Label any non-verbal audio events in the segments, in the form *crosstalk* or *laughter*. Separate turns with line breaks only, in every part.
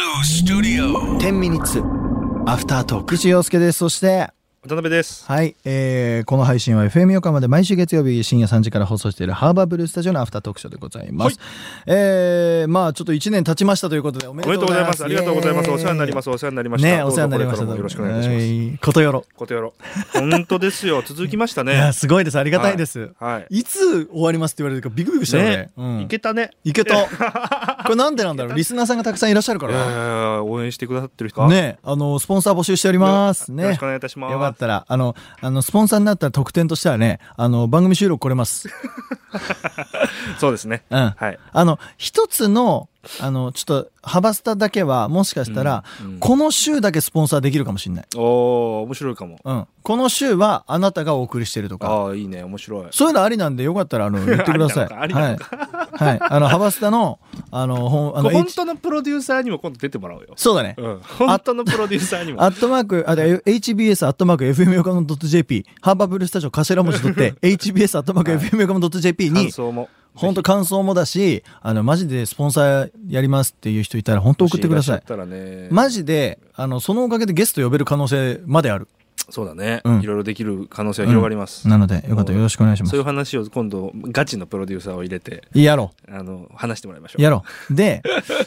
10ミニッツアフタートーク藤洋介ですそして
渡辺です。
はい、えーこの配信は FM 横浜で毎週月曜日深夜3時から放送しているハーバーブルースタジオのアフタートークショーでございます、えーまあちょっと1年経ちましたということでおめ
おめ
で
で
と
と
う
う
ご
ご
ざいま
ざいますす。ありがとうございます。お世話になります。お世話になりました。
ね
ど
お
う
世
ぞ
話になりました
これからもよろしくお願いします。
はいことよろ
ことよろ。本当ですよ。続きました
いや
ね。
すごいですありがたいです、
はい。
い、つ終わりますって言われるかビクビクしたよね
ね、
うん
いけたね。
いけたこれなんでなんだろうリスナーさんがたくさんいらっしゃるか
い
ら
や応援してくださってる人。。
ねあのスポンサー募集しておりますね
よろしくお願いいたします。
よかったら、あの、あの、スポンサーになったら特典としてはね、あの、番組収録来れ
*laughs*
ます。
そうですね。
うん。
はい。
あの、一つの、あの、ちょっと、ハバスタだけは、もしかしたら、
うんうん
この週だけスポンサーできるかもしれない。
おお面白いかも。
うん。この週は、あなたがお送りしてるとか。
ああいいね面白い。
そういうのありなんで、よかったら、あの、言ってください。
*laughs* ありなの
はい。はい。あの、ハバスタの、あの、ほん、あ
こ
の、
れ本
H-
当のプロデューサーにも今度出てもらおうよ。
そうだね。
うん。本当のプロデューサーにも
ア。ットマーク、あ、で HBS アットマーク FM 横浜 .jp、ハーバーブルースタジオ頭文字取って、HBS アットマーク FM 横浜 .jp に
感、想も。
本当感想もだし、あの、マジでスポンサーやりますっていう人いたら、本当送ってください
もしらっしゃっ。たらね。
マジで、あの、そのおかげでゲスト呼べる可能性まである。
そうだね。
うん
いろいろできる可能性が広がります。
なので、よかったらよろしくお願いしま
そ
す
うい。う話を今度ガチのプロデューサーを入れて
やろ
あの話してもらいましょ
う。
う。
やろう。で、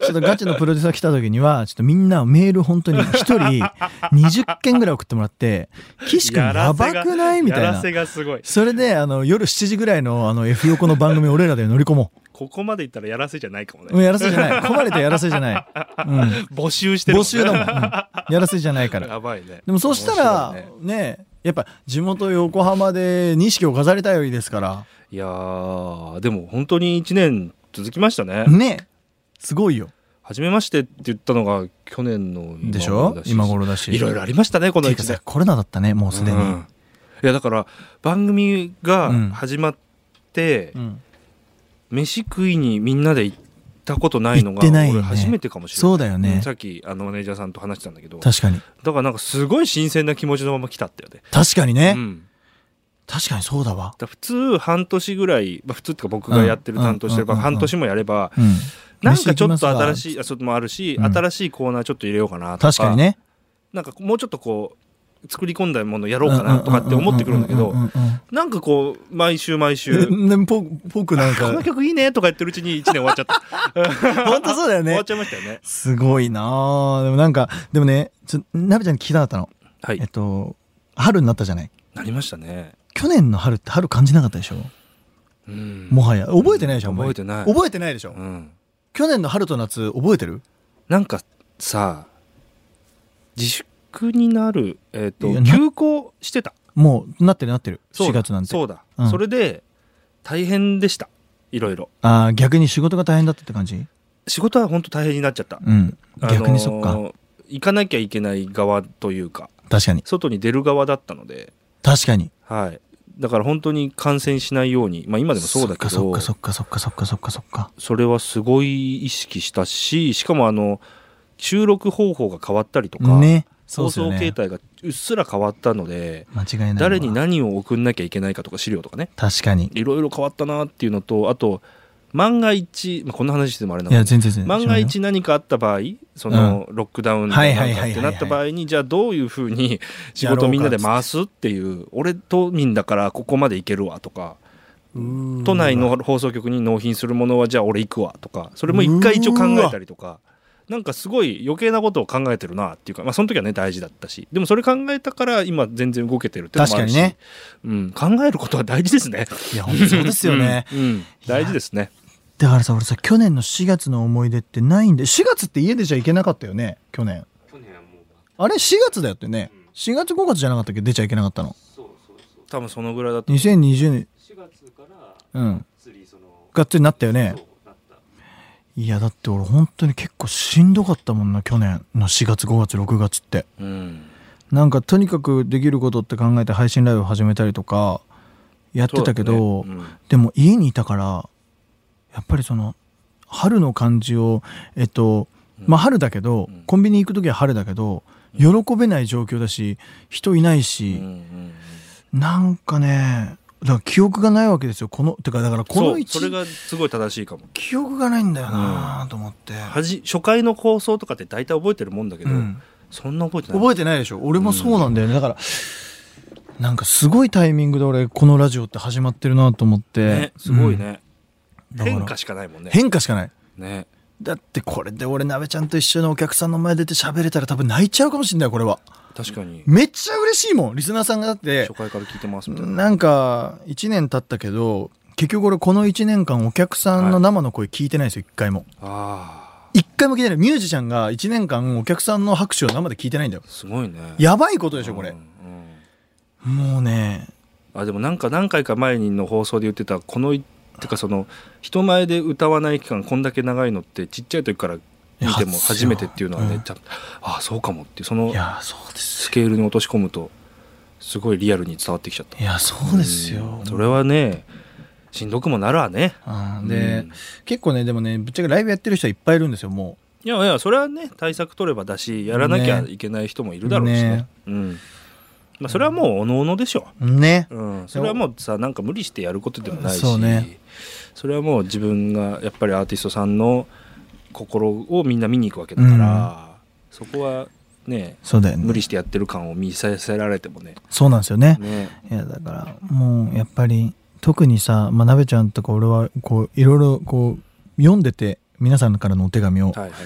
ちょっとガチのプロデューサー来た時には、ちょっとみんなメール本当に一人20件ぐらい送ってもらって、岸君
やら
や
せが
ばくないみたい
や
な
ら。せがすごい。
それで、あの、夜7時ぐらいの、あの、F 横の番組、俺らで乗り込も
ここまでいったらやらせじゃないかも
う。うん
ね。
やらせじゃない。困れてやらせじゃない。うん。
*laughs* 募集してるも
募
ん
集
ね、
だもん。うんやらせじゃないから。
*laughs* やばいね。
でもそうしたら
面白いね
ねやっぱ地元横浜で錦を飾りたいですか
いやーでも本当に1年続きましたね
ら。ねすごいよ
初めましてって言ったのが去年の今頃だ
でしょ今頃だし
いろいろありましたねこ
てい
の
う
1
か
年
さ。コロナだったねもうすでに、
うんいやだから番組が
うん
始まって、
うん
飯食いにみんなで行ったことないの
行っ
が
てないよね
俺初めてかもしれない。
そうだよね
んさっきあのマネージャーさんと話したんだけどだか
確かに
らなんかすごい新鮮な気持ちのまま来たってよね。
確かにね、
うん
確かにそうだわ
だから普通半年ぐらい、まあ、普通っていうか僕がやってる
うん
担当してれば
うんうんうん
半年もやれば
うん
なんかちょ
飯行き
っと
ますわ
新しいあそれもあるし、
うん
新しいコーナーちょっと入れようかなとか
確かにね
なんかもうちょっとこう作り込んだものやろうかなとかって思ってくるんだけど
ううんうん
なんかこう毎週毎
うん
週
*laughs* うんでもぽぽくなん
こ
か
の曲いいねとか言ってるうちに1年終わっちゃった、
本当そうだよ
終わ
*laughs* ね
っちゃいましたよね
すごいなあでもなんかでもねちょなべちゃんに聞きたかったの、
は
えっ
い
と春になったじゃない
なりましたね
去年の春って春感じなかったでしょ
うん
もはや覚えてないでしょ、お前
覚えてない
覚えてないでしょ、
うん
去年の春と夏覚えてる
なんかさ自粛になるえっ、
いや
と
な
休校してた
もうなってるなってる
そう
4
だ
月なんて
そうだ、
うん
それで大変でしたいろいろ
あー逆に仕事が大変だったって感じ
仕事は本当大変になっちゃった、
うん
あのー
逆にそっか、
行かなきゃいけない側というか
確かに
外に出る側だったので
確かに
はいだから本当に感染しないようにまあ今でもそうだけど
そっかそっかそっかそっかそっかそっか
それはすごい意識したししかもあの収録方法が変わったりと
そっか
か、
ねそう
放
ですよ
送形
ね
態がうっすら変わったので
間違いないわ
誰に何を送んなきゃいけないかとか資料とかね
確かにい
いろいろ変わったなっていうのとあと万が一、まあ、こんな話してもあれなの
や
で
全然全然
万が一何かあった場合そのロックダウンでなんか
はいはいはいはい
ってなった場合にじゃあどういうふうに仕事をみんなで回すっていう俺都民だからここまで行けるわとか都内の放送局に納品するものはじゃあ俺行くわとかそれも一回一応考えたりとかなんかすごい余計なことを考えてるなっていうかまあその時はね大事だったしでもそれ考えたから今全然動けてるっていうのもあるし
確
うん、考えることは大事ですね。
いや本当そうですよね
うんうん大事ですね。
だからさ俺さ去年の4月の思い出ってないんで4月って家出ちゃいけなかったよね去年あれ4月だよってね4月5月じゃなかったっけ出ちゃいけなかったの
多分そのぐらいだと
2020年うんがっつりなったよねいやだって俺本当に結構しんどかったもんな去年の4月5月6月って
うん
なんかとにかくできることって考えて配信ライブ始めたりとかやってたけど、
そうだね
でも家にいたからやっぱりその春の感じをえっとまあ春だけど、
うん
コンビニ行く時は春だけど喜べない状況だし人いない
うんうん
し
う、ん
なんかねだから記憶がないわけですよこのてかだからこ
そ
の
う
一
それがすごい正しいかも
記憶がないんだよなと思って、
はじ初回の放送とかって大体覚えてるもんだけど、
うん
そんな覚えてない
覚えてないでしょ俺もそうなんだよね、だからなんかすごいタイミングで俺このラジオって始まってるなと思って、
ねすごいね、
うん
変化しかないもんね
変化しかない
ね
だってこれで俺鍋ちゃんと一緒にお客さんの前出て喋れたら多分泣いちゃうかもしれないこれは
確かに
めっちゃ嬉しいもんリスナーさんがだって
初回から聞いてますみたいな、
なんか1年経ったけど結局俺この1年間お客さんの生の声聞いてないですよ1回も
ああ
1回も聞いてないミュージシャンが1年間お客さんの拍手を生で聞いてないんだよ
すごいね
やばいことでしょこ
う
れ
んうん
もうね
あでもなんか何回か前の放送で言ってたこのいてかその人前で歌わない期間こんだけ長いのってちっちゃい時から見て
い
も
や
初めてっていうのは
う
ね
ん
ちゃんああそうかもっていうその
いやそうです
スケールに落とし込むとすごいリアルに伝わってきちゃった
いやそうですよ
んそれはねしんどくもなるわね
あー
う
で
ん
結構ねでもねぶっちゃけライブやってる人はいっぱいいるんですよも
いやいやそれはね対策取ればだしやらなきゃいけない人もいるだろうしね
ね
うんまあ、それはもうおのおのでしょ
うね
うん、それはもうさなんか無理してやることでもないし
そうね
それはもう自分がやっぱりアーティストさんの心をみんな見に行くわけだから、そこはね
そうだよね
無理してやってる感を見させられてもね
そうなんですよね
ね
いやだからもうやっぱり特にさ、まあ、鍋ちゃんとか俺はこういろいろこう読んでて皆さんからのお手紙を
はいはいはい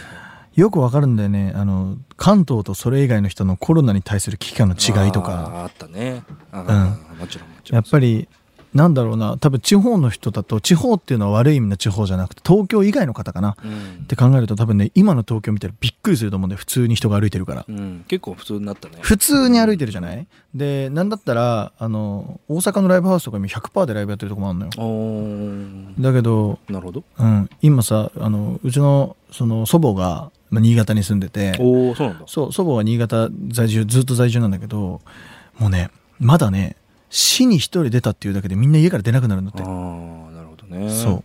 よくわかるんだよねあの関東とそれ以外の人のコロナに対する危機感の違いとか
あーあったねあーもちろんもちろ
や
ん
っぱりなんだろうな多分地方の人だと地方っていうのは悪い意味の地方じゃなくて東京以外の方かな
うん
って考えると多分ね今の東京見たらびっくりすると思うんだよ普通に人が歩いてるから
うん、結構普通になったね
普通に歩いてるじゃないでなんだったらあの大阪のライブハウスとか今100%でライブやってるとこもあるのよ
おー
だけど、
なるほど
うん、今さあのうちのその祖母がまあ新潟に住んでて
おおそうなんだ
そう祖母は新潟在住ずっと在住なんだけどもうねまだね市に一人出たっていうだけでみんな家から出なくなるんだ
あ
って
ーなるほどね
そう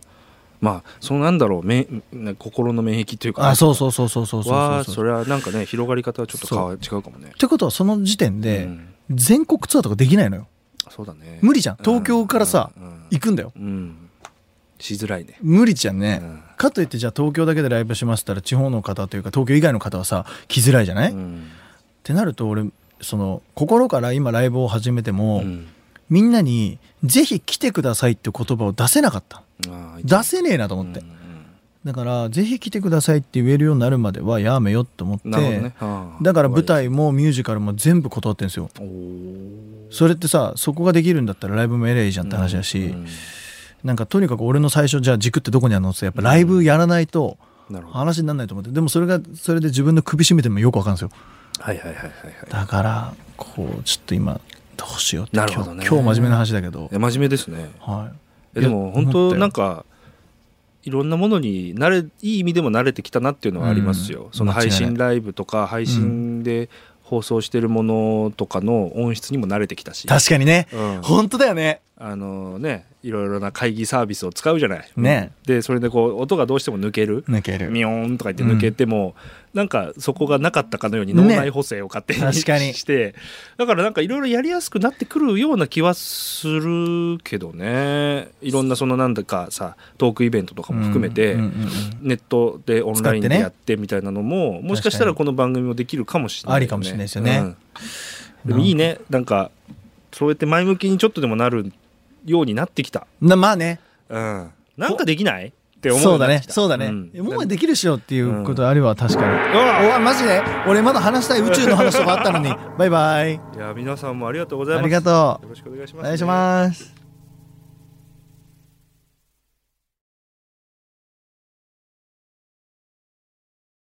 まあそうなんだろうめな心の免疫というか
あそうそうそうそうそうそ
は
う
そ
そう
れはなんかね広がり方はちょっと変わ違うかもね
っ。てことはその時点で
うん
全国ツアーとかできないのよ
そうだね。
無理じゃん東京からさ
うん
行くんだよ
うんうんしづらいね。
無理じゃんね、
うん
かといってじゃあ東京だけでライブしますったら地方の方というか東京以外の方はさ来づらいじゃない、
う
っ
ん
てなると俺その心から今ライブを始めても、
うん
みんなに「ぜひ来てください」って言葉を出せなかった
あー
出せねえなと思って、
うん
だから「ぜひ来てください」って言えるようになるまではやめようと思って
うんなるほどね。あー
だから舞。台もミュージカルも全部断ってんですよ
おー
それってさそこができるんだったらライブもやりゃいいじゃんって話だし、
うん
なんかとにかく俺の最初じゃあ軸ってどこにあるのってやっぱライブやらないと、
なるほど。
話にならないと思ってでもそれがそれで自分の首絞めてもよくわかるんですよ
はいはいはいはいはい。
だからこうちょっと今どうしようって
なるほどね
今日今日真面目な話だけど
い、や真面目ですね。
はいい
やでも
思っ
本
た
当
よ
なんかいろんなものに慣れいい意味でも慣れてきたなっていうのはありますよ、
うん
その配
間違い
信
な
ライブとか配信で放送してるものとかの音質にも慣れてきたし、
確かにね、
うん
本当だよね
あのねいろいろな会議サービスを使うじゃない、
ね
でそれでこう音がどうしても抜ける、
抜ける
ミョーンとか言って抜けても、なんかそこがなかったかのように脳内
ね
補正を勝手に,、
確かに
*laughs* してだからなんかいろいろやりやすくなってくるような気はするけどねいろんなそのなんだかさトークイベントとかも含めて、
うんうんうんうん
ネットでオンライン
使って
で
ね
やってみたいなのも、もしかしたらこの番組もできるかもしれないよ、
ありかもしれないですよね
うんでもいいねなんかそうやって前向きにちょっとでもなるようになってきた、
なまあね
うん、なんかできないって思うよ
そう
に
うだ
な
ね
ってきた
そうだね、
ん
もうできるっしょっていうことあるわ確かに、
うわ
おわマジで俺まだ話したい宇宙の
*laughs*
話とかあったのにバイバイ
いや皆さんもありがとうございます
ありがと
よろしくお願いし
う
ま
お
す、
願いします